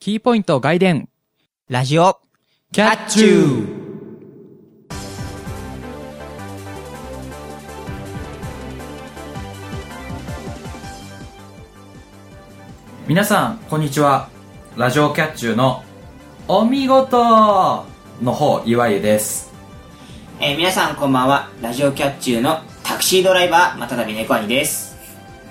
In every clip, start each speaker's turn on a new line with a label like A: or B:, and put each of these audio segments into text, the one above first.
A: キーポイント外伝、
B: ラジオ、
A: キ
B: ャッチュ
A: ー
C: 皆さんこんにちはラジオキャッチューの「お見事!」の方岩井です
B: えー皆さんこんばんは。ラジオキャッチューのタクシードライバー、またたび猫兄です。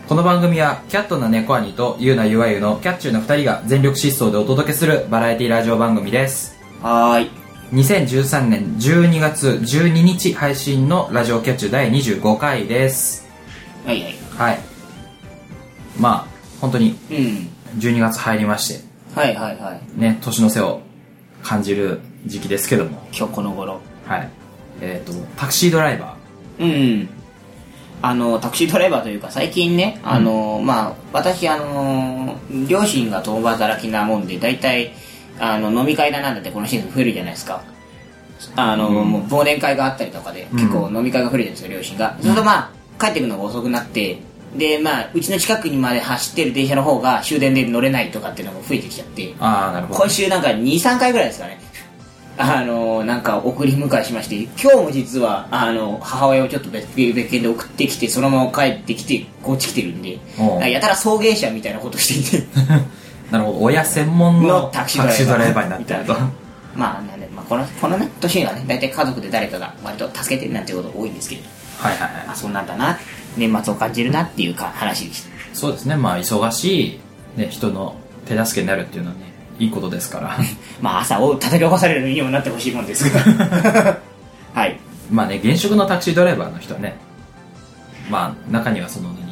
C: この番組はキャットな猫兄とゆうなゆわゆのキャッチューの2人が全力疾走でお届けするバラエティラジオ番組です
B: はーい。
C: 2013年12月12日配信のラジオキャッチュー第25回です
B: はいはい。
C: はいまあ本当に
B: うん。
C: 12月入りまして
B: はいはいはい。
C: ね年の瀬を感じる時期ですけども
B: 今日この頃。
C: はいえっ、とタクシードライバ
B: うん。あの、タクシードライバーというか、最近ね、あの、まあ、私、あの、両親が共働きなもんで、大体、あの、飲み会だなんだってこのシーズン増えるじゃないですか。あの、もう忘年会があったりとかで、
C: ん
B: 結構飲み会が増えるんですよ、両親が。それとまあ、帰ってくるのが遅くなって、で、まあ、うちの近くにまで走ってる電車の方が終電で乗れないとかっていうのが増えてきちゃって
C: ー、ああなるほど
B: 今週なんか23回ぐらいですかねあのなんか送り迎えしまして今日も実はあの母親をちょっと別別件で送ってきてそのまま帰ってきてこっち来てるんで
C: おう
B: なんかやたら送迎車みたいなことしていて
C: なるほど親専門の
B: の
C: タ
B: タク
C: ク
B: シ
C: シ
B: ードラ
C: ードラ
B: イバー
C: イバーになってると
B: みたいなまあなんで、まあ、このこの、ね、年はね大体家族で誰かが割と助けてるなんてことが多いんですけど
C: はいはいは
B: あ
C: い
B: そうなんだな年末を感じるなっていうか話でし
C: そうですねまあ忙しい、ね、人の手助けになるっていうのはねいいことですから
B: たまあ朝を叩き起こされるにもなってほしいもんですがはい
C: まあね現職のタクシードライバーの人はねまあ中にはその何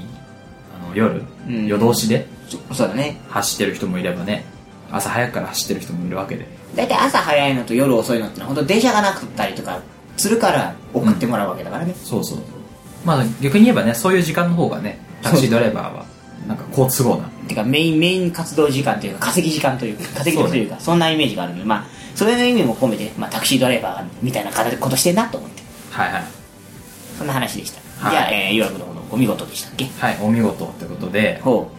C: あの夜、
B: うん
C: 夜通しで
B: そそうだね
C: 走ってる人もいればね朝早くから走ってる人もいるわけで
B: 大体朝早いのと夜遅いのってのは本当電車がなくったりとかするから送ってもらうわけだからね、
C: そうそうまあ逆に言えばねそういう時間の方がねタクシードライバーはなんか好都合な
B: てかメインメイン活動時間というか稼ぎ時間というか稼ぎ時というかそんなイメージがあるのでまあそれの意味も込めて、まあ、タクシードライバーみたいな形ことしてんなと思って
C: はいはい
B: そんな話でした、
C: はい
B: じゃあ、えー、予約の方のお見事でしたっけ
C: はいお見事ってことで
B: ほ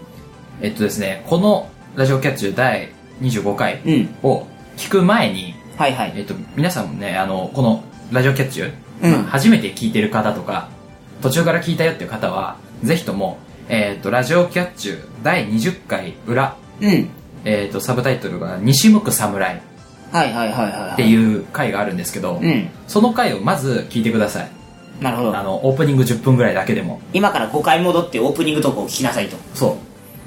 C: えっとですね、このラジオキャッチュ第25回
B: ううん
C: を聞く前に、
B: はいはい
C: えっと、皆さんもね、あの、このラジオキャッチュ、
B: うん
C: まあ初めて聞いてる方とか、途中から聞いたよっていう方は、ぜひとも、えっと、ラジオキャッチュ第20回裏、
B: うん
C: えっと、サブタイトルが西向く侍
B: はいはいはいはいは
C: っ
B: い
C: ていう回があるんですけど、
B: うん
C: その回をまず聞いてください。
B: なるほ
C: あ
B: ど
C: の、オープニング10分ぐらいだけでも。
B: 今から5回戻ってオープニングトークを聞きなさいと
C: そう。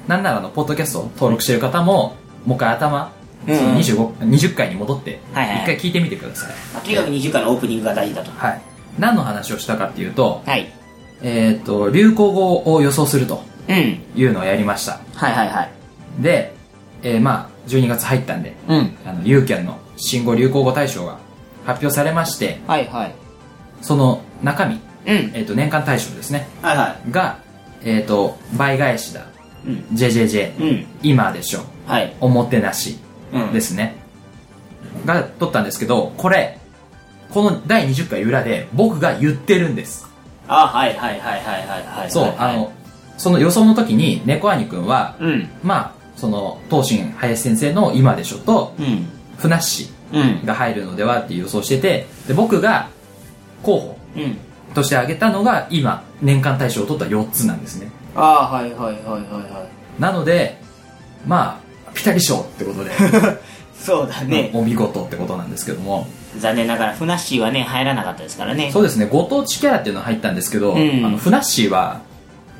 C: なんならあの、ポッドキャストを登録してる方も、もう一回頭、
B: うんうん
C: その25 20回に戻って、一
B: はいはい
C: 回聞いてみてください。
B: まあとにかく20回のオープニングが大事だと
C: はい。何の話をしたかっていうと、
B: はい
C: えっ、と、流行語を予想すると
B: うん
C: いうのをやりました。
B: はいはいはい
C: で、えーまあ、12月入ったんで、
B: うん
C: あの、ユーキャンの新語・流行語大賞が発表されまして、
B: はいはい
C: その中身、
B: うん
C: えっ、と、年間大賞ですね、
B: はいは
C: が、えっ、と、倍返しだ、
B: い。うん。
C: JJJ、
B: うん。
C: 今でしょ、
B: はい。
C: おもてなし、
B: うん。
C: ですね、が撮ったんですけどこれこの第20回裏で僕が言ってるんです、
B: あ、はいはいはいはいはいはい。
C: そう、
B: はい
C: あ、のその予想の時に猫兄くんは、
B: うん。
C: まあその東進林先生の「今でしょ」と
B: うん。
C: 「ふなっし
B: うん。
C: が入るのではっていう予想しててで僕が候補
B: うん。
C: として挙げたのが今年間大賞を取った4つなんですね
B: あはいはいはいはいはい。
C: なのでまあピタリ賞ってことで、
B: そうだね。
C: お見事ってことなんですけども
B: 残念ながら、ふなっしーはね、入らなかったですからね。
C: そうですね、ご当地キャラっていうのが入ったんですけど、
B: うん
C: あの、ふなっしーは、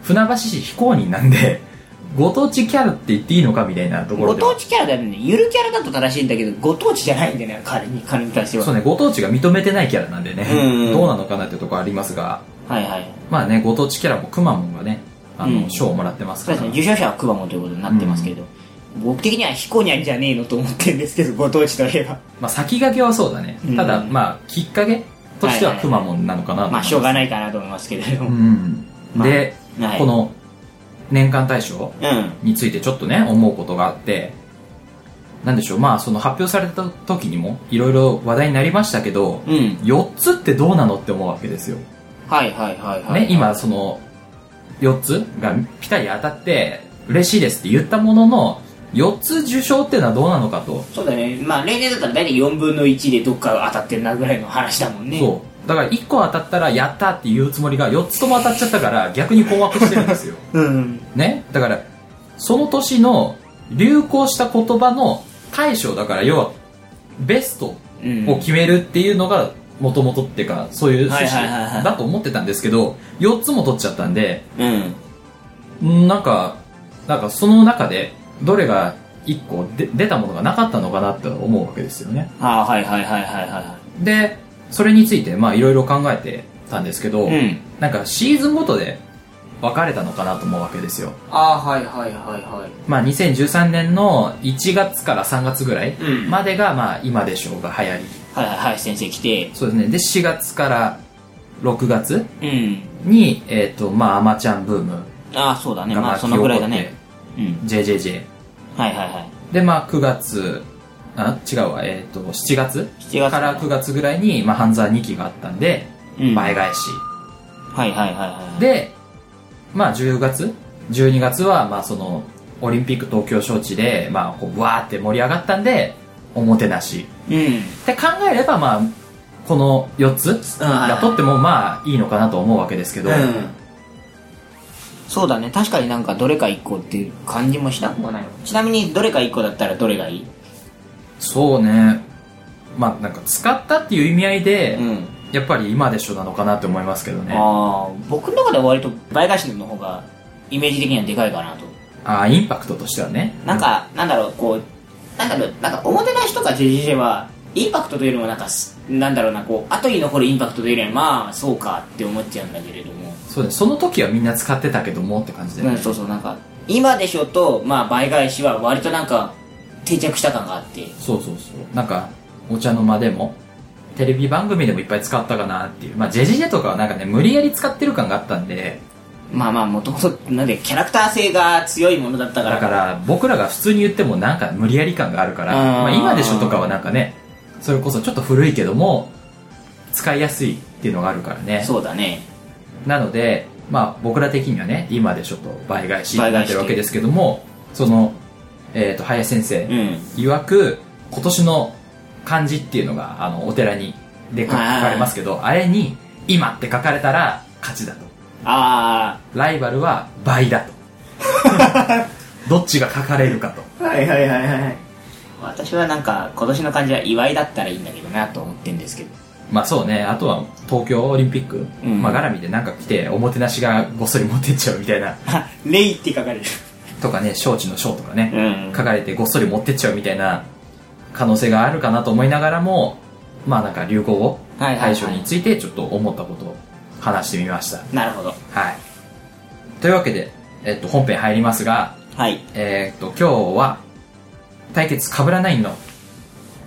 C: 船橋市非公認なんで、 ご当地キャラって言っていいのかみたいなところ
B: ご
C: で。
B: 当地キャラだよね。ゆるキャラだと正しいんだけど、ご当地じゃないんでね、彼に、彼に対しては。
C: そうね、ご当地が認めてないキャラなんでね、
B: うん
C: どうなのかなっていうところありますが、
B: はいはい。
C: まあね、ご当地キャラもくまモンがね、あ
B: うん
C: の、賞、をもらってますか
B: そう
C: ら
B: ですね、。受賞者はくまモンということになってますけど。僕的にはヒコニャンじゃねえのと思ってるんですけど、ご当地といえば。
C: まあ、先駆けはそうだね。
B: うん
C: ただ、まあ、きっかけとしてはくまモンなのかなと思い
B: ま
C: ま
B: あ、
C: す
B: しょうがないかなと思いますけれど
C: う
B: も。
C: ん。
B: まあ
C: で、
B: はい
C: この、年間大賞
B: うん。
C: についてちょっとね思うことがあってなんでしょうまあその発表された時にもいろいろ話題になりましたけど、
B: うん。
C: 4つってどうなのって思うわけですよ、
B: はいはいはいはい。
C: ね、今その4つがピタリ当たって嬉しいですって言ったものの4つ受賞っていうのはどうなのかと、
B: そうだねまあ例年だったら大体4分の1でどっか当たってるなぐらいの話だもんね
C: そうだから1個当たったらやったって言うつもりが4つとも当たっちゃったから逆に困惑してるん ですよ
B: ううん
C: ねだからその年の流行した言葉の大賞だから要はベスト
B: うん
C: を決めるっていうのがもともとっていうかそういう趣
B: はいはいはいは
C: 旨
B: い
C: だと思ってたんですけど4つも取っちゃったんで
B: うん
C: んなんかなんかその中でどれが1個で出たものがなかったのかなって思うわけですよね
B: ああはいはいはいはいは
C: でそれについてまあいろいろ考えてたんですけど、
B: いうん
C: なんかシーズンごとで分かれたのかなと思うわけですよ
B: ああはいはいはいはい
C: まあ2013年の1月から3月ぐらい
B: うん
C: までがまあ今でしょうが流行り
B: はいはいはい先生来て
C: そうですねで4月から6月
B: うん
C: にえっ、とまあアマちゃんブーム
B: ああそうだね
C: が
B: まあ
C: 巻き
B: そ
C: 起
B: の
C: こ
B: ぐ
C: っ
B: らいだ
C: て
B: ねうん。
C: JJJ
B: はいはいはい。
C: でまあ9月あ違うわえっ、と7月
B: 7月
C: から9月ぐらいにまあ半沢2期があったんで
B: うん
C: 前返し
B: はいはいはいはい。
C: で、まあ、10月12月は、まあ、そのオリンピック東京招致で、まあ、こうわーって盛り上がったんでおもてなし
B: うん。
C: って考えれば、まあ、この4つがとってもまあいいのかなと思うわけですけど、
B: うん。そうだね。確かになんかどれか一個っていう感じもしなくもないわちなみにどれか一個だったらどれがいい
C: そうねまあなんか使ったっていう意味合いで、
B: ん。
C: やっぱり今でしょなのかなって思いますけどねあ
B: ああ、僕の中では割と倍返しの方がイメージ的にはでかいかなと。
C: あーインパクトとしてはね
B: なんか、なんだろう、こう、なんだろう、なんかおもてなしとか JJJ は、インパクトというよりもなんかす、なんだろうな、こう、後に残るインパクトというよりは、まあ、そうかって思っちゃうんだけれども。
C: そうねその時はみんな使ってたけどもって感じで、
B: うん、そうそうなんか今でしょと、まあ、倍返しは割となんか定着した感があって
C: そうそうそうなんかお茶の間でもテレビ番組でもいっぱい使ったかなっていうまあジェジェジェとかはなんかね無理やり使ってる感があったんで
B: まあまあもともとなんでキャラクター性が強いものだったか
C: だ
B: ら
C: から僕らが普通に言ってもなんか無理やり感があるから
B: あー
C: まあ、今でしょとかはなんかねそれこそちょっと古いけども使いやすいっていうのがあるからね
B: そうだね
C: なのでまあ僕ら的にはね今でしょと倍返しになってるわけですけどもその、えー、と林先生、
B: うん
C: 曰く今年の漢字っていうのがあのお寺にで書書
B: はいはいはい
C: かれますけどあれに「今」って書かれたら勝ちだと
B: あ
C: ライバルは倍 だとどっちが書かれるかと
B: あはいはいはいはい私はなんか今年の感じは祝いだったらいいんだけどなと思ってんですけど
C: まあそうねあとは東京オリンピック、
B: うん
C: まあ、絡みでなんか来ておもてなしがごっそり持ってっちゃうみたいな
B: あ レイって書かれる
C: とかね招致の招とかね、
B: うん
C: 書かれてごっそり持ってっちゃうみたいな可能性があるかなと思いながらもまあなんか流行語
B: はいはいは
C: 対
B: い
C: 象についてちょっと思ったことを話してみました
B: なるほど
C: はい。というわけで、えっと、本編入りますが、
B: はい
C: えっと、今日は、対決かぶらないの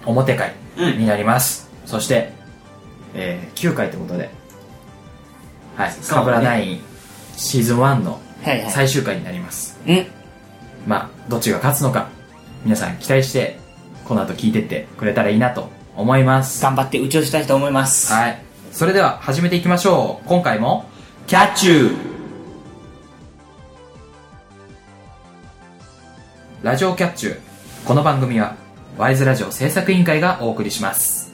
C: 表会
B: うん
C: になります。そして、えー9回ということで、はい、
B: そう
C: かぶらないシーズン1の
B: はいは
C: 最終回になります。
B: いうん
C: まあ、どっちが勝つのか、皆さん期待して、この後聞いてってくれたらいいなと思います。
B: 頑張って打ち押したいと思います
C: はい。それでは始めていきましょう。今回も、キャッチューラジオキャッチュー。この番組は、ワイズラジオ制作委員会がお送りします。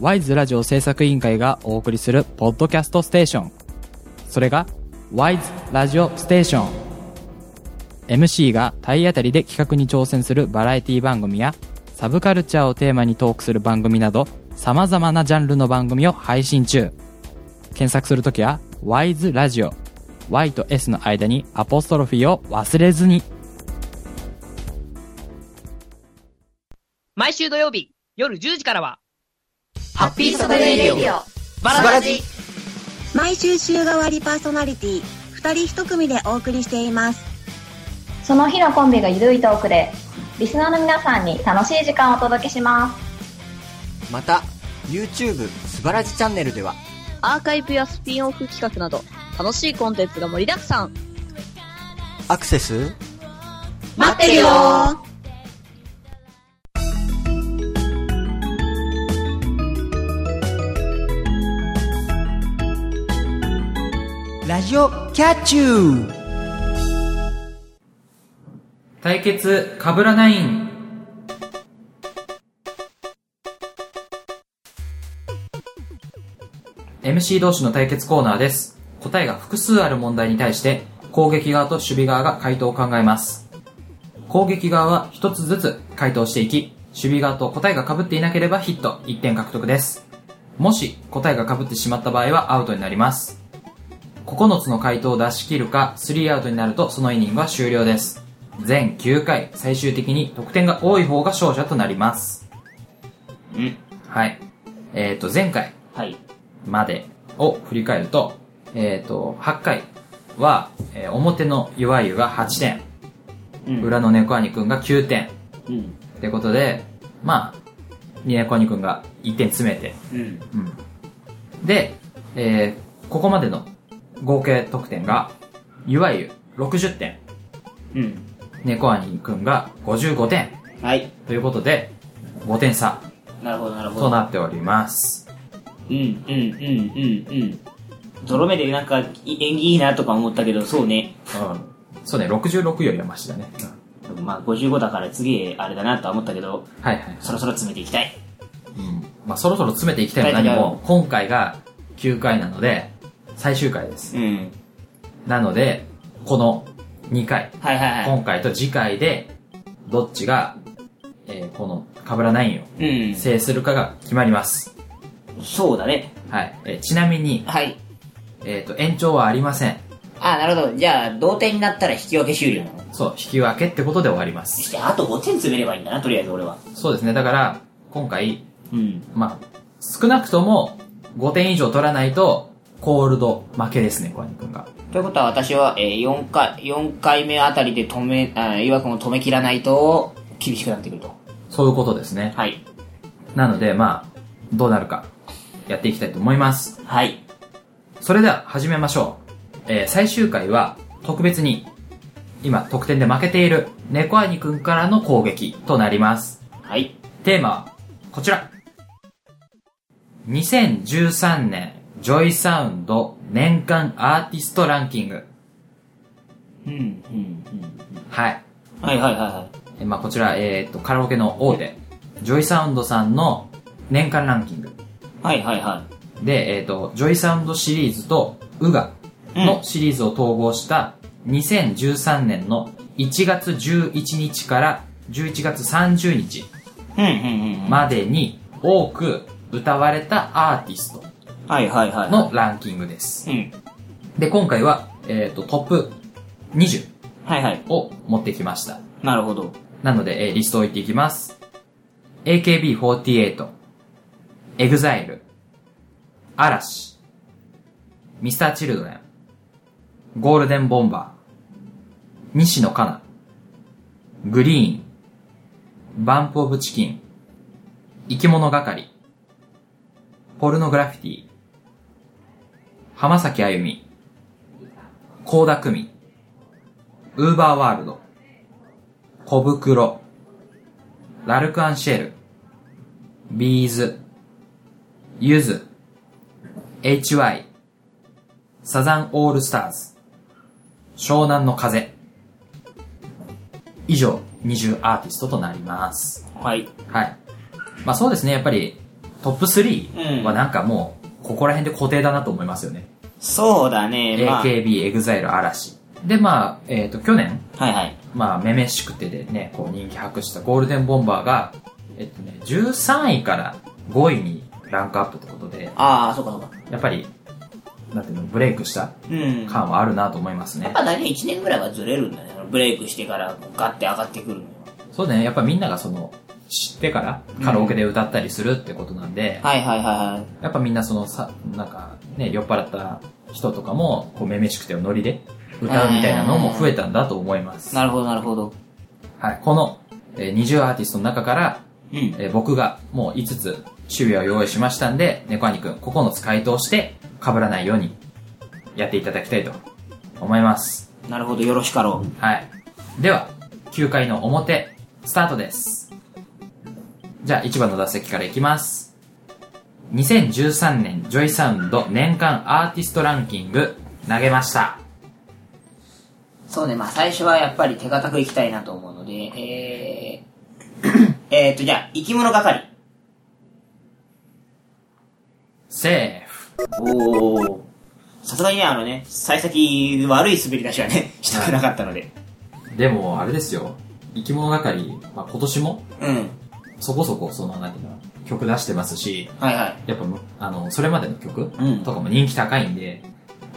C: ワイズラジオ制作委員会がお送りするポッドキャストステーション。それが、ワイズラジオステーション。MC が体当たりで企画に挑戦するバラエティ番組や、サブカルチャーをテーマにトークする番組など、様々なジャンルの番組を配信中。検索するときは、ワイズラジオ。Y と S の間にアポストロフィーを忘れずに。
A: 毎週土曜日夜10時からは、
D: ハッピーサタデーレディオ。
A: バララジ
E: 毎週週替わりパーソナリティ2人1組でお送りしています
D: その日のコンビがゆるいトークで、リスナーの皆さんに楽しい時間をお届けします。
F: また YouTube すばらじチャンネルでは
G: アーカイブやスピンオフ企画など、楽しいコンテンツが盛りだくさん。
F: アクセス
G: 待ってるよ
E: は
H: ラジオキャッチュー
C: 対決、かぶらナイン。MC 同士の対決コーナーです。答えが複数ある問題に対して、攻撃側と守備側が回答を考えます。攻撃側は一つずつ回答していき、守備側と答えが被っていなければヒット、1点獲得です。もし答えが被ってしまった場合はアウトになります。9つの回答を出し切るか、3アウトになるとそのイニングは終了です。全9回、最終的に得点が多い方が勝者となります。
B: うん。
C: はい。えっ、ー、と、前回
B: はい。
C: までを振り返ると、えっ、ー、と、8回は、えー表の弱い湯が8点、
B: うん。
C: 裏の猫兄くんが9点、
B: うん。
C: ってことで、まあ、猫兄くんが1点詰めて、
B: うん。
C: うん。で、えー、ここまでの合計得点が、いわゆる60点、
B: うん。
C: 猫兄くんが55点
B: はい。
C: ということで、5点差
B: なるほど、なるほ
C: と
B: ど。
C: なっております。
B: うん、うん、うん、うん、うん。ゾロ目でなんか、い縁起いいなとか思ったけど、そうね。
C: うん。そうね、66よりはマシだね。
B: でもまあ、55だから次あれだなとは思ったけど、
C: はいはい。
B: そろそろ詰めていきたい。
C: うん。まあそろそろ詰めていきたいの
B: はい
C: 何
B: はい
C: も、今回が9回なので、最終回です。
B: うん。
C: なので、この2回、
B: はいはいは
C: 今回と次回で、どっちが、えーこの、かぶらナインを
B: い。うん。
C: 制するかが決まります。
B: そうだね。
C: はい。えーちなみに、
B: はい。
C: えっ、と、延長はありません。
B: あ、なるほど。じゃあ、同点になったら引き分け終了なの。
C: そう、引き分けってことで終わりま
B: そし
C: す。
B: て、あと5点詰めればいいんだな、とりあえず俺は。
C: そうですね。だから、今回、
B: うん。
C: まあ、少なくとも5点以上取らないと、コールド負けですね、小谷君が。
B: ということは私は、えー、4回、4回目あたりで止め、あ岩君を止めきらないと、厳しくなってくると。
C: そういうことですね。
B: はい。
C: なので、まあ、どうなるか、やっていきたいと思います。
B: はい。
C: それでは、始めましょう。えー最終回は、特別に、今、得点で負けている、猫兄くんからの攻撃となります。
B: はい。
C: テーマは、こちら。2013年、ジョイサウンド年間アーティストランキング。
B: うん、うん、
C: はい。
B: うん。はいはいはいは
C: えまあ、こちら、えっ、と、カラオケの大手、ジョイサウンドさんの年間ランキング。
B: い。はいはいはい。
C: で、えっ、と、ジョイサウンドシリーズとウガのシリーズを統合した2013年の1月11日から11月30日
B: うん、うん、うん。
C: までに多く歌われたアーティスト
B: はいはいはい。
C: のランキングです。
B: うん。
C: で、今回は、えっ、と、トップ20
B: はいはい。
C: を持ってきました。
B: なるほど。
C: なので、えーリストを置いていきます。AKB48、EXILE、嵐、Mr.Children、ゴールデンボンバー、西野カナ、グリーン、バンプオブチキン、生き物係、ポルノグラフィティ、浜崎あゆみ、高田久美、ウーバーワールド、小袋、ラルクアンシェル、ビーズ、ユズ、HY、サザンオールスターズ、湘南の風。以上、20アーティストとなります。
B: はい。
C: はい。まあそうですね、やっぱりトップ3はなんかもう、ここら辺で固定だなと思いますよね。
B: そうだね、まあ。はい
C: AKB、EXILE、嵐。で、まあ、えっ、と、去年、
B: はい。
C: まあ、めめしくてでね、こう人気博したゴールデンボンバーが、えっとね、13位から5位にランクアップってことで、
B: ああ、そうかそうか。
C: やっぱり、なんていうの、ブレイクした
B: うん。やっ
C: 感はあるなと思いますね。
B: ぱ大体1年ぐらいはずれるんだね。ブレイクしてからガッて上がってくるのよ。
C: そうだね、やっぱみんながその、知ってからカラオケで歌ったりするってことなんで、
B: はいはいはいはい。
C: やっぱみんなそのさ、なんかね、酔っ払った人とかも、こう、めめしくてをノリで歌うみたいなのも増えたんだと思います。
B: なるほど、なるほど。
C: はい、この、えー20アーティストの中から、
B: うん。
C: えー僕がもう5つ守備を用意しましたんで、猫兄くん9つ回答して、被らないようにやっていただきたいと思います。
B: なるほど、よろしかろう。
C: はい。では、9回の表、スタートです。じゃあ、1番の打席からいきます。2013年ジョイサウンド年間アーティストランキング投げました。
B: そうね、まあ最初はやっぱり手堅くいきたいなと思うので、えー、 えーと、じゃあ、生き物係。
C: セーフ。
B: おー。さすがにね、あのね、幸先悪い滑り出しはね、 したくなかったので。
C: でも、あれですよ。生き物係、まあ、今年も、
B: うん。
C: そこそこ、その、なんていうの、曲出してますし、
B: はいはい。
C: やっぱむ、あの、それまでの曲
B: うん
C: とかも人気高いんで、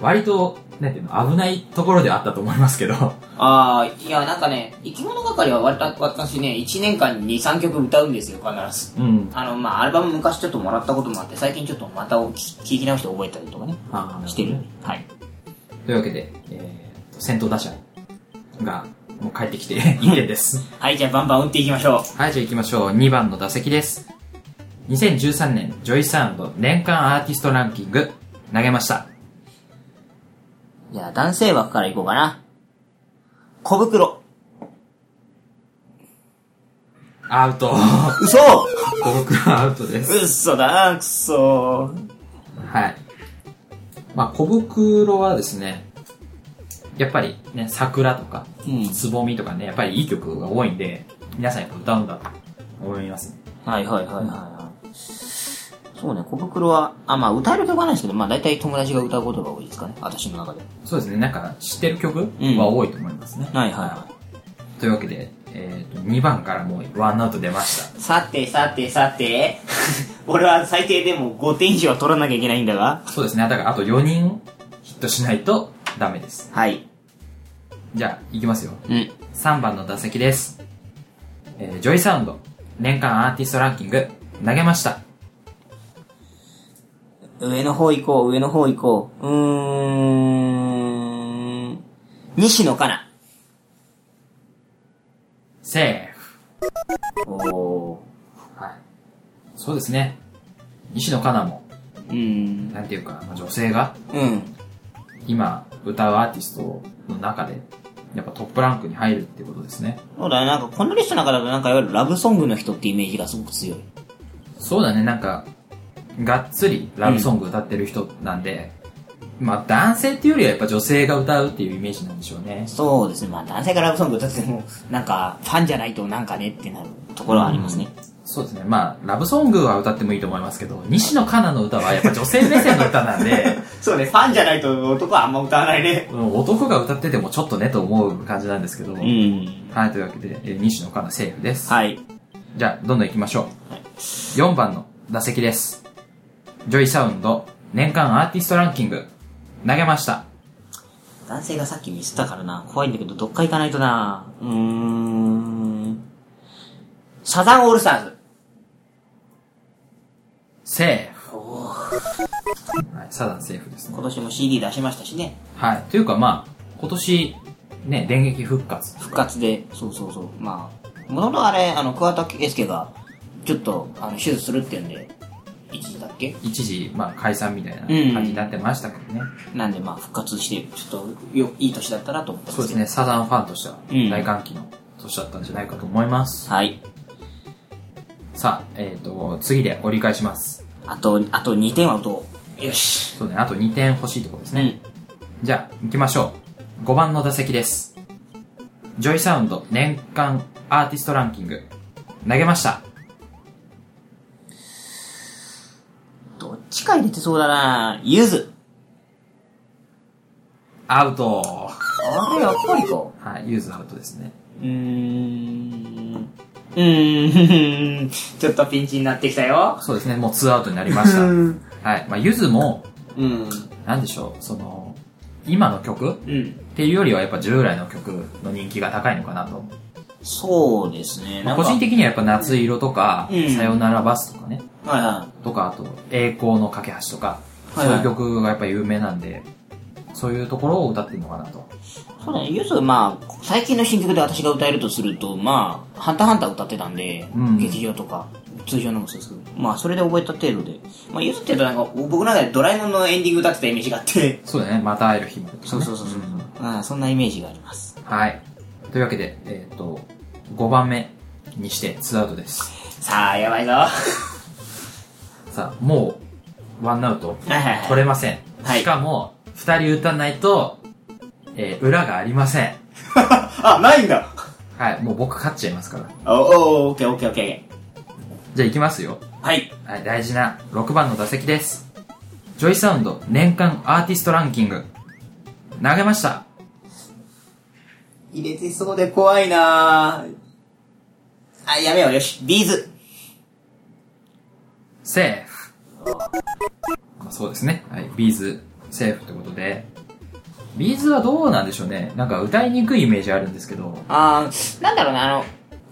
C: 割と、なんていうの、危ないところではあったと思いますけど、
B: あー、いや、なんかね、生き物係はわた私ね、1年間に2、3曲歌うんですよ、必ず。
C: うん。
B: あの、まあアルバム昔ちょっともらったこともあって、最近ちょっとまたお聞き聞き直して覚えたりとかね、
C: あー
B: してる。はい。
C: というわけで、えーと、先頭打者が、もう帰ってきて 1点です。
B: はい、じゃあバンバン打っていきましょ
C: はい、じゃあ行きましょう。2番の打席です。2013年、ジョイサウンド年間アーティストランキング、投げました。
B: う。じゃあ、男性枠からいこうかな。小袋。
C: アウ ト。
B: 嘘
C: 小袋アウトです。
B: 嘘だ、くそ
C: はい。まあ、小袋はですね、やっぱりね、桜とか、
B: うん。
C: つぼみとかね、やっぱりいい曲が多いんで、皆さんやっぱ歌うんだと思いますね。
B: はいはいはいはいはい。そうね、小袋は、あ、まあ歌える曲はないですけど、まあ大体友達が歌うことが多いですかね、私の中で。
C: そうですね、なんか知ってる曲
B: うん
C: は多いと思いますね。
B: はいはいは
C: というわけで、えーと、2番からもうワンアウト出ました。
B: さてさてさて、 俺は最低でも5点以上は取らなきゃいけないんだが。
C: そうですね、だからあと4人ヒットしないとダメです。
B: はい。
C: じゃあ、いきますよ。
B: うん。
C: 3番の打席です。えージョイサウンド、年間アーティストランキング、投げました。
B: 上の方行こう、上の方行こう。うーん。西野かな。
C: セーフ。
B: お
C: はい。そうですね。西野カナも、
B: ー。うん。
C: なんていうか、まあ女性が
B: うん。
C: 今歌うアーティストの中で、やっぱトップランクに入るってことですね。
B: そうだね、なんかこのリストの中だとなんかいわゆるラブソングの人ってイメージがすごく強い。
C: そうだね、なんか、がっつりラブソング歌ってる人なんで、まあ男性っていうよりはやっぱ女性が歌うっていうイメージなんでしょうね。
B: そうですね。まあ男性がラブソング歌っても、なんか、ファンじゃないとなんかねってなるところはありますね。
C: そうですね。まあ、ラブソングは歌ってもいいと思いますけど、西野カナの歌はやっぱ女性目線の歌なんで、
B: そうね、ファンじゃないと男はあんま歌わないね。
C: うん男が歌っててもちょっとねと思う感じなんですけど、
B: うん。
C: はい、というわけで、えー西野カナセーフです。
B: はい。
C: じゃあ、どんどん行きましょう。4番の打席です。ジョイサウンド、年間アーティストランキング、投げました。
B: 男性がさっきミスったからな、怖いんだけど、どっか行かないとな。うーん。サザンオールスターズ。
C: セーフ。はい、サザンセーフですね
B: 今。年も CD 出しましたしね。
C: はい。というか、まあ、今年、ね、電撃復活。
B: 復活で、そうそうそう。まあ、もともとあれ、あの、桑田佳祐が、ちょっと、あの、手術するって言うんで、一時だっけ
C: 一時、まあ、解散みたいな感
B: うん
C: じになってましたけどね。
B: なんでまあ、復活して、ちょっと、よ、いい年だったなと思ってます
C: そうですね、サザンファンとしては、
B: うん
C: 大歓喜の年だったんじゃないかと思います。
B: はい。
C: さあ、えっ、と、次で折り返します。
B: あと、あと2点は打とう。よし。
C: そうね、あと2点欲しいところですね。
B: ね。
C: じゃあ、行きましょう。5番の打席です。ジョイサウンド年間アーティストランキング。投げました。
B: どっちか入れてそうだなゆず。
C: アウト。
B: あれ、やっぱりか。う
C: はい、ユーズアウトですね。
B: ーん。うーん。 ちょっとピンチになってきたよ。
C: そうですね、もう2アウトになりました。はい、まあ、ユーズも、
B: うん。
C: なんでしょう、その、今の曲っ
B: うん。
C: ていうよりはやっぱ従来の曲の人気が高いのかなと。
B: そうですね。
C: ま
B: な
C: あ
B: んか
C: 個人的にはやっぱ夏色とか、
B: うん
C: さよならバスとかね、
B: はいは
C: とか、あと、栄光の架け橋とか、
B: はいはい
C: そういう曲がやっぱ有名なんで、そういうところを歌ってるのかなと。
B: い。そうだね。ゆず、まあ、最近の新曲で私が歌えるとすると、まあ、ハンターハンター歌ってたんで、
C: うん
B: 劇場とか、通常のもそうですけど、まあ、それで覚えた程度で、まあ、ゆずって言うとなんか、僕の中でドラえもんのエンディング歌ってたイメージがあって、
C: そうだね、また会える日までとかね、
B: そうそうそうそう。
C: ん
B: ああそんなイメージがあります。
C: はい。というわけで、えっ、と、5番目にして2アウトです。
B: さあ、やばいぞ。は
C: さあ、もう、ワンアウト
B: いはいはい。
C: 取れません。
B: はい
C: しかも、二人歌わないと、えー裏がありません。
B: あ、ないんだ
C: はい、もう僕勝っちゃいますから。
B: おおおオッケーオッケーオッケ
C: じゃあ行きますよ。
B: ー。はい。
C: はい、大事な6番の打席です。ジョイサウンド年間アーティストランキング。投げました。
B: 入れてそうで怖いなぁ。あ、やめよう。よし。ビーズ。
C: セーフ。まあ、そうですね。はい、ビーズ、セーフってことで。ビーズはどうなんでしょうね。なんか歌いにくいイメージあるんですけど。
B: あー、なんだろうな、あの、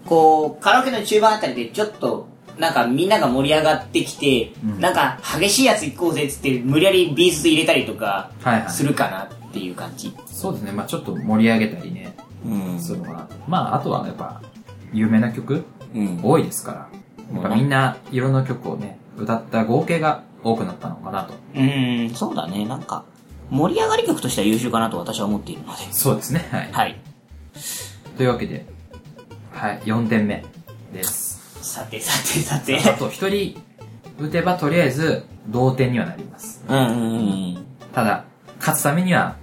B: こう、カラオケの中盤あたりでちょっと、なんかみんなが盛り上がってきて、
C: うん
B: なんか激しいやつ行こうぜっつって、無理やりビーズ入れたりとか、
C: はいはい
B: するかなっていう感じ。
C: そうですね。まあちょっと盛り上げたりね、
B: うん
C: そういうのが。まああとはやっぱ、有名な曲
B: うん
C: 多いですから。やっぱみんないろんな曲をね、歌った合計が多くなったのかなと。
B: うん、そうだね。なんか、盛り上がり曲としては優秀かなと私は思っているので。
C: そうですね。はい。
B: はい。
C: というわけで、はい、4点目です。
B: さてさてさて。
C: あと1人打てばとりあえず同点にはなります。
B: うんうんうん。
C: ただ、勝つためには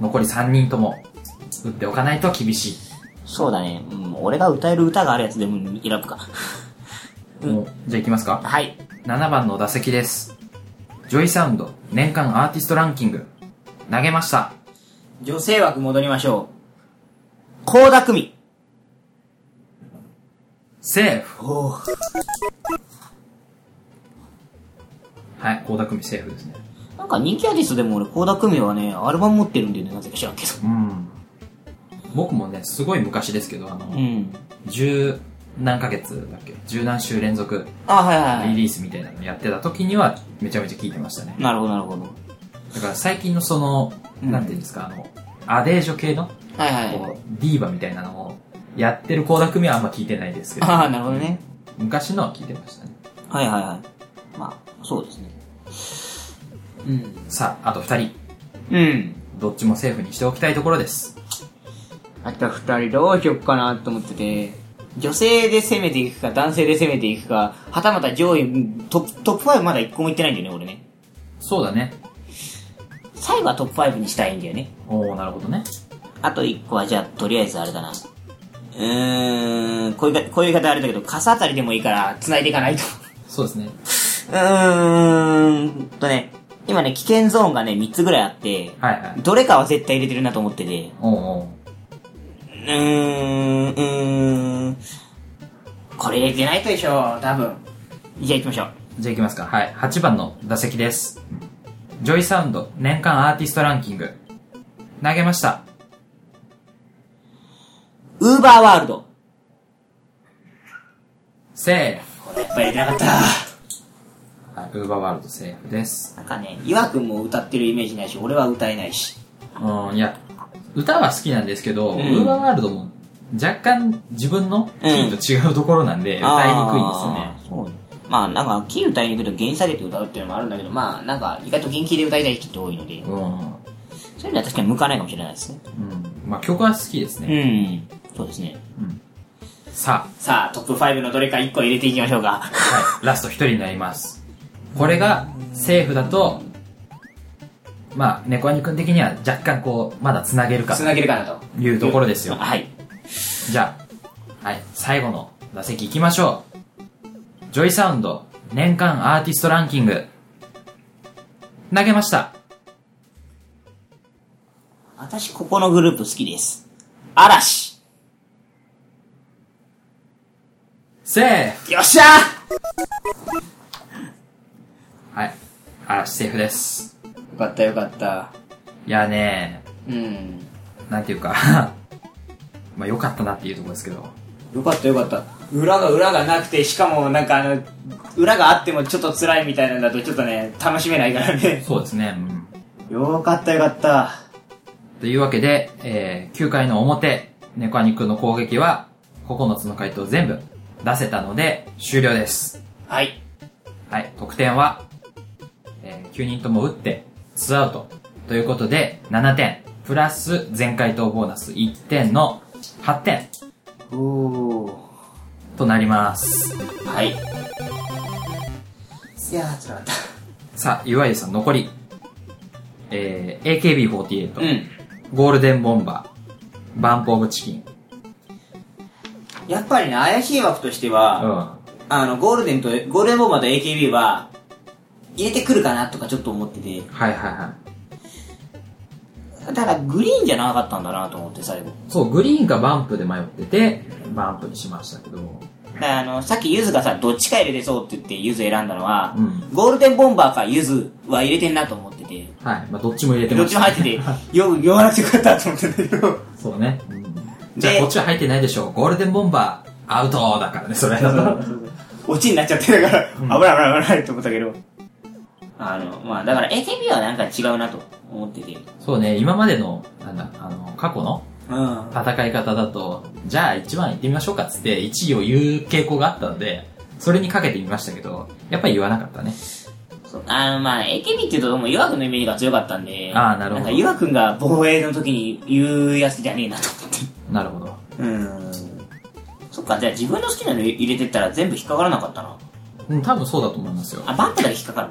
C: 残り3人とも打っておかないと厳しい。
B: そうだね。うん、俺が歌える歌があるやつでも選ぶか。
C: もうじゃあ行きますか。
B: はい。
C: 7番の打席です。ジョイサウンド年間アーティストランキング投げました。
B: 女性枠戻りましょう。高田組。
C: セーフ。
B: おお。
C: はい、高田組セーフですね。
B: なんか人気アーティストでも俺、高田組はね、アルバム持ってるんだよね、なぜか知らんけど。
C: うん。僕もね、すごい昔ですけど、あの、
B: うん。
C: 十何ヶ月だっけ十何週連続
B: あ、はいはいは
C: リ
B: い。
C: リースみたいなのやってた時にはめちゃめちゃ聴いてましたね
B: なるほど、なるほど。
C: だから最近のその、
B: うん
C: なんていうんですかあのアデージョ系の
B: はいはい。
C: こうディーバみたいなのをやってる倖田來未はあんま聞いてないですけど
B: ああ、なるほどね。
C: 昔のは聞いてましたね
B: はいはいはい。まあ、そうですね。うん。
C: さああと2人
B: うん。
C: どっちもセーフにしておきたいところです
B: あと二人どうしよっかなと思ってて、女性で攻めていくか、男性で攻めていくか、はたまた上位、トップトップ5まだ一個もいってないんだよね、俺ね。
C: そうだね
B: 最後はトップ5にしたいんだよね。
C: おおなるほどね
B: あと一個は、じゃあ、とりあえずあれだな。うーん、こういうか、こういう言い方あれだけど、傘あたりでもいいから、繋いでいかないと。
C: そうですね
B: うーん、とね、今ね、危険ゾーンがね、3つぐらいあって、
C: はいはい
B: どれかは絶対入れてるなと思ってて、
C: おうおう
B: うーん、うーん、これ入れてないとでしょ、多分。じゃあ行きましょう。
C: じゃあ行きますかはい8番の打席ですジョイサウンド年間アーティストランキング投げました
B: ウーバーワールド。
C: セ
B: これやっぱ入れてなかった。
C: ーフ、はい、ウーバーワールドセーフです
B: なんかね、岩くんも歌ってるイメージないし、俺は歌えないし。
C: うんいや歌は好きなんですけど、
B: うん
C: ウーバーワールドも若干自分のキーと違うところなんで、歌いにくいんですよね
B: すよね。そう。まあなんか、キー歌いにくいと原因下げて歌うっていうのもあるんだけど、まあなんか、意外と元気で歌いたい人って多いので、
C: う
B: そういうのは確かに向かないかもしれないですね。
C: ん、うん、まあ曲は好きですね、
B: うん。そうですね。
C: さ
B: さあ、トップ5のどれか1個入れていきましょ うか
C: あ、。はい、ラスト1人になりますこれがセーフだとまあ猫兄君的には若干こうまだつなげるか
B: つなげるかなと。
C: というところですよ
B: はい。
C: じゃあ、はい、最後の打席行きましょう。ジョイサウンド年間アーティストランキング。投げました。
B: 私、ここのグループ好きです。嵐。
C: セーフ
B: よっしゃ
C: はい。嵐セーフです。
B: よかったよかった。
C: いやね
B: うん。
C: なんていうか、 まあ良かったなっていうところですけど。
B: よかったよかった。裏が裏がなくて、しかもなんかあの、裏があってもちょっと辛いみたいなんだとちょっとね、楽しめないからね。
C: そうですね。うん
B: よかったよかった。
C: というわけで、えー9回の表、ネコアニくんの攻撃は、9つの回答全部出せたので、終了です。
B: はい。
C: はい、得点は、えー9人とも打って、2アウト。ということで、7点。プラス、全回答ボーナス1点の8点
B: おお。
C: となります。
B: はい。いやー、辛かった。
C: さあ、ゆわゆさん残り、えー、AKB48、
B: うん。
C: ゴールデンボンバー、バンプオブチキン。
B: やっぱりね、怪しい枠としては、
C: うん。
B: あの、ゴールデンと、ゴールデンボンバーと AKB は、入れてくるかなとかちょっと思ってて、
C: はいはいはい。
B: だからグリーンじゃなかったんだなと思って最後。
C: そう、グリーンかバンプで迷ってて、バンプにしましたけど、
B: だからあの、さっきゆずがさ、どっちか入れてそうって言ってゆず選んだのは、
C: うん
B: ゴールデンボンバーかゆずは入れてんなと思ってて、
C: はい。まあ、どっちも入れて
B: ど
C: ま
B: っち
C: した
B: も入ってて、よく言わなくてよかったと思ってたけど、
C: そうね。じゃあ、こっちは入ってないでしょう。ゴールデンボンバー、アウトだからね、それ。
B: オチになっちゃってだから、危ない危ない危ないと思ったけど、あの、まあだから AKB はなんか違うなと思ってて、
C: そうね、今までの、なんだ、あの、過去の
B: うん。
C: 戦い方だと、じゃあ1番行ってみましょうかっつって、1位を言う傾向があったので、それにかけてみましたけど、やっぱり言わなかったね。
B: そうあの、まあ、AKB っていうと、もう、岩君のイメージが強かったんで、
C: あーなるほど
B: んか、岩君が防衛の時に言うやつじゃねえなと
C: なるほど。
B: 思って。うん。そっか、じゃあ自分の好きなの入れてったら全部引っかからなかったな。
C: うん、多分そうだと思いますよ。
B: あ、バンプだけ引っかかる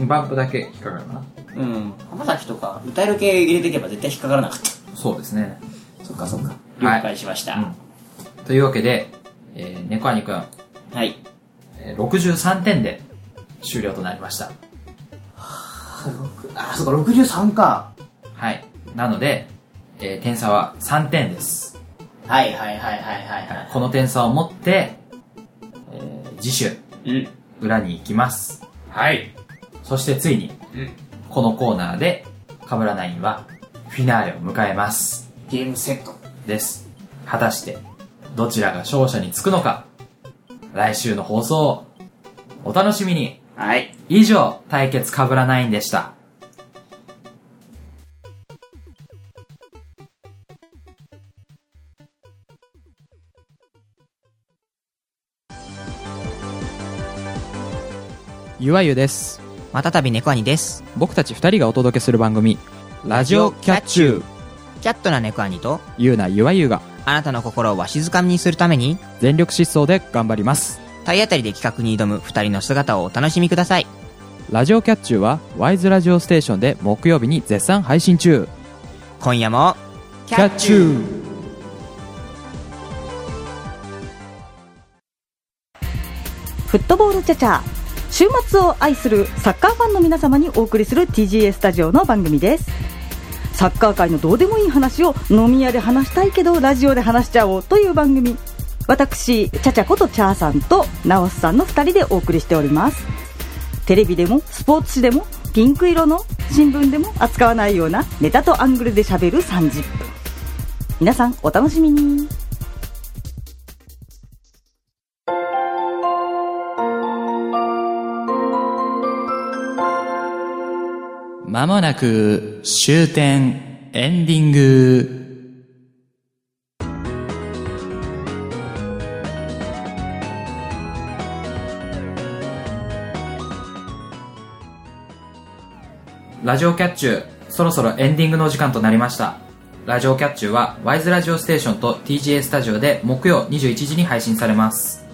B: な。
C: バンプだけ引っかかるかな。
B: うん。浜崎とか、歌える系入れていけば絶対引っかからなかった。
C: そうですね。
B: そっかそっか。了
C: はい
B: 解しました。
C: うん。というわけで、えー、猫兄くん、
B: はい。
C: えー63点で終了となりました。
B: あ、そっか、63か。
C: はい。なので、えー点差は3点です。
B: はいはいはいはいはいは
C: この点差を持って、えー次週、
B: い。うん。
C: 裏に行きます。はい。そしてついに、
B: うん
C: このコーナーで、かぶらナインは、フィナーレを迎えます。
B: ゲームセット。
C: です。果たして、どちらが勝者につくのか、来週の放送を、お楽しみに。
B: はい。
C: 以上、対決かぶらナインでした。
I: ゆわゆです。
F: またたび猫兄です。
I: 僕たち二人がお届けする番組、ラジオキャッチュー。
F: キャットな猫兄と、
I: ゆうなゆわゆが
F: あなたの心をわしづかみにするために、
I: 全力疾走で頑張ります。
F: 体当たりで企画に挑む二人の姿をお楽しみください。
I: ラジオキャッチューは、ワイズラジオステーションで木曜日に絶賛配信中。
F: 今夜も、
I: キャッチュー
J: フットボールチャチャ週末を愛するサッカーファンの皆様にお送りする TGA スタジオの番組ですサッカー界のどうでもいい話を飲み屋で話したいけどラジオで話しちゃおうという番組私チャチャことチャーさんとナオスさんの2人でお送りしておりますテレビでもスポーツ紙でもピンク色の新聞でも扱わないようなネタとアングルで喋る30分皆さんお楽しみに
I: まもなく終点エンディング。
C: ラジオキャッチュー、そろそろエンディングのお時間となりました。ラジオキャッチューは、ワイズラジオステーションと TGA スタジオで木曜21時に配信されます。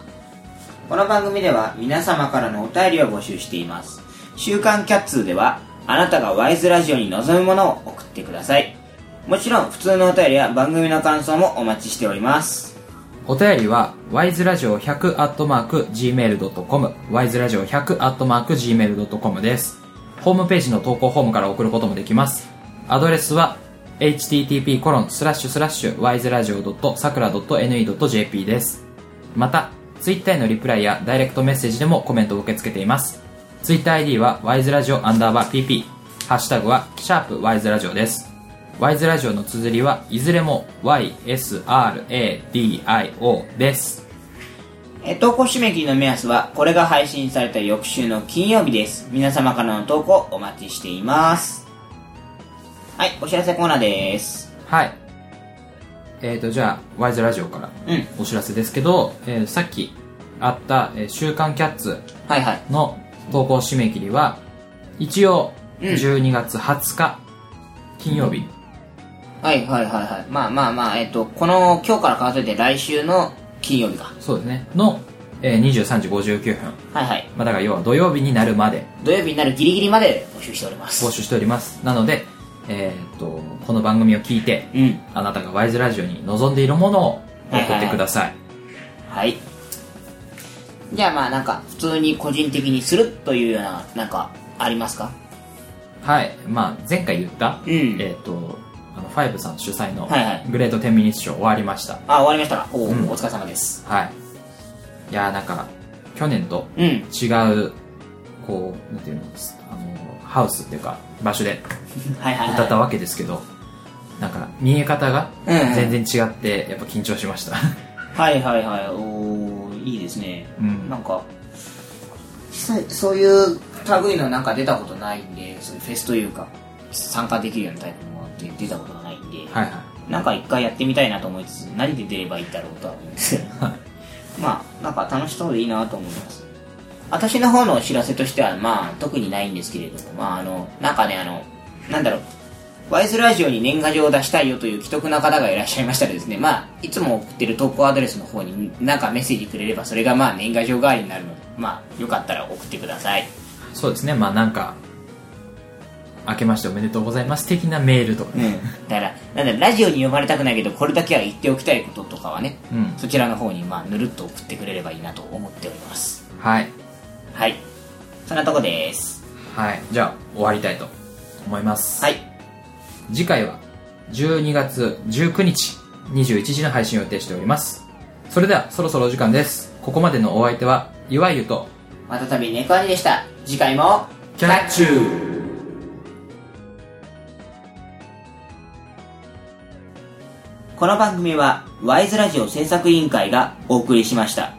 B: この番組では皆様からのお便りを募集しています。週刊キャッツーでは、あなたがワイズラジオに望むものを送ってください。もちろん、普通のお便りや番組の感想もお待ちしております。
C: お便りは、ワイズラジオ100 gmail.com、ワイズラジオ100 gmail.com です。ホームページの投稿フォームから送ることもできます。アドレスは、http://wiseradio.sakura.ne.jp です。また、ツイッターへのリプライやダイレクトメッセージでもコメントを受け付けています。ツイッター ID は wiseradio アンダーバー pp。ハッシュタグは、シャープ wiseradio です。wiseradio の綴りはいずれも ysradio です。
B: えー投稿締め切りの目安は、これが配信された翌週の金曜日です。皆様からの投稿お待ちしています。はい、お知らせコーナーです。
C: はい。えーと、じゃあ、ワイズラジオから
B: うん
C: お知らせですけど、えーさっきあった、えー週刊キャッツ
B: はいはい。
C: の投稿締め切りは、一応、
B: うん
C: 12月20日、金曜日。
B: はいはいはいはい。まあまあまあ、えっ、と、この、今日から数えて来週の金曜日か。
C: そうですね。のえー、23時59分、
B: はいはい。
C: まあ、だから要は土曜日になるまで
B: 土曜日になるギリギリまで募集しております。
C: 募集しておりますなので、えーっとこの番組を聞いて
B: うん。
C: あなたがワイズラジオに望んでいるものを送ってください、
B: はい。じゃあまあなんか、普通に個人的にするというような、なんか、ありますか
C: はい、まあ、前回言った、
B: うん
C: えっ、と、あの、ファイブさん主催の、
B: はいはい
C: グレート10ミニッショー終わりました。
B: あ、終わりましたか。おお、
C: うん
B: お疲れ様です。
C: はい。いやーなんか、去年と
B: うん。
C: 違う、こう、なんていうの、あの、ハウスっていうか、場所で
B: はいはい、はい。
C: 歌ったわけですけど、なんか、見え方が
B: うんうん
C: 全然違って、やっぱ緊張しま した。
B: はいはいはい。おーいいですね。
C: うん
B: なんか、そうそういう類のなんか出たことないんで、そういうフェスというか、参加できるようなタイプのものって出たことがないんで、
C: はいはい。
B: なんか一回やってみたいなと思いつつ、何で出ればいいんだろうとは思うんですけど、まあ、なんか楽しそうでいいなと思います。私の方のお知らせとしては、まあ、特にないんですけれども、まあ、あの、なんかね、あの、なんだろう、ワイズラジオに年賀状を出したいよという既得な方がいらっしゃいましたらですね、まあ、いつも送ってる投稿アドレスの方になんかメッセージくれれば、それがまあ年賀状代わりになるので、まあ、よかったら送ってください。
C: そうですね、まあなんか、明けましておめでとうございます的なメールとか
B: う
C: ね。
B: ん。だから、なんだろうラジオに読まれたくないけど、これだけは言っておきたいこととかはね、
C: うん
B: そちらの方にまあ、ぬるっと送ってくれればいいなと思っております。
C: はい。
B: はい。そんなとこです。
C: はい。じゃあ、終わりたいと思います。
B: はい。
C: 次回は12月19日21時の配信を予定しておりますそれではそろそろお時間ですここまでのお相手はゆわゆと
B: またたび猫兄でした。次回も、
C: キャッチュー
B: この番組は、ワイズラジオ制作委員会がお送りしました。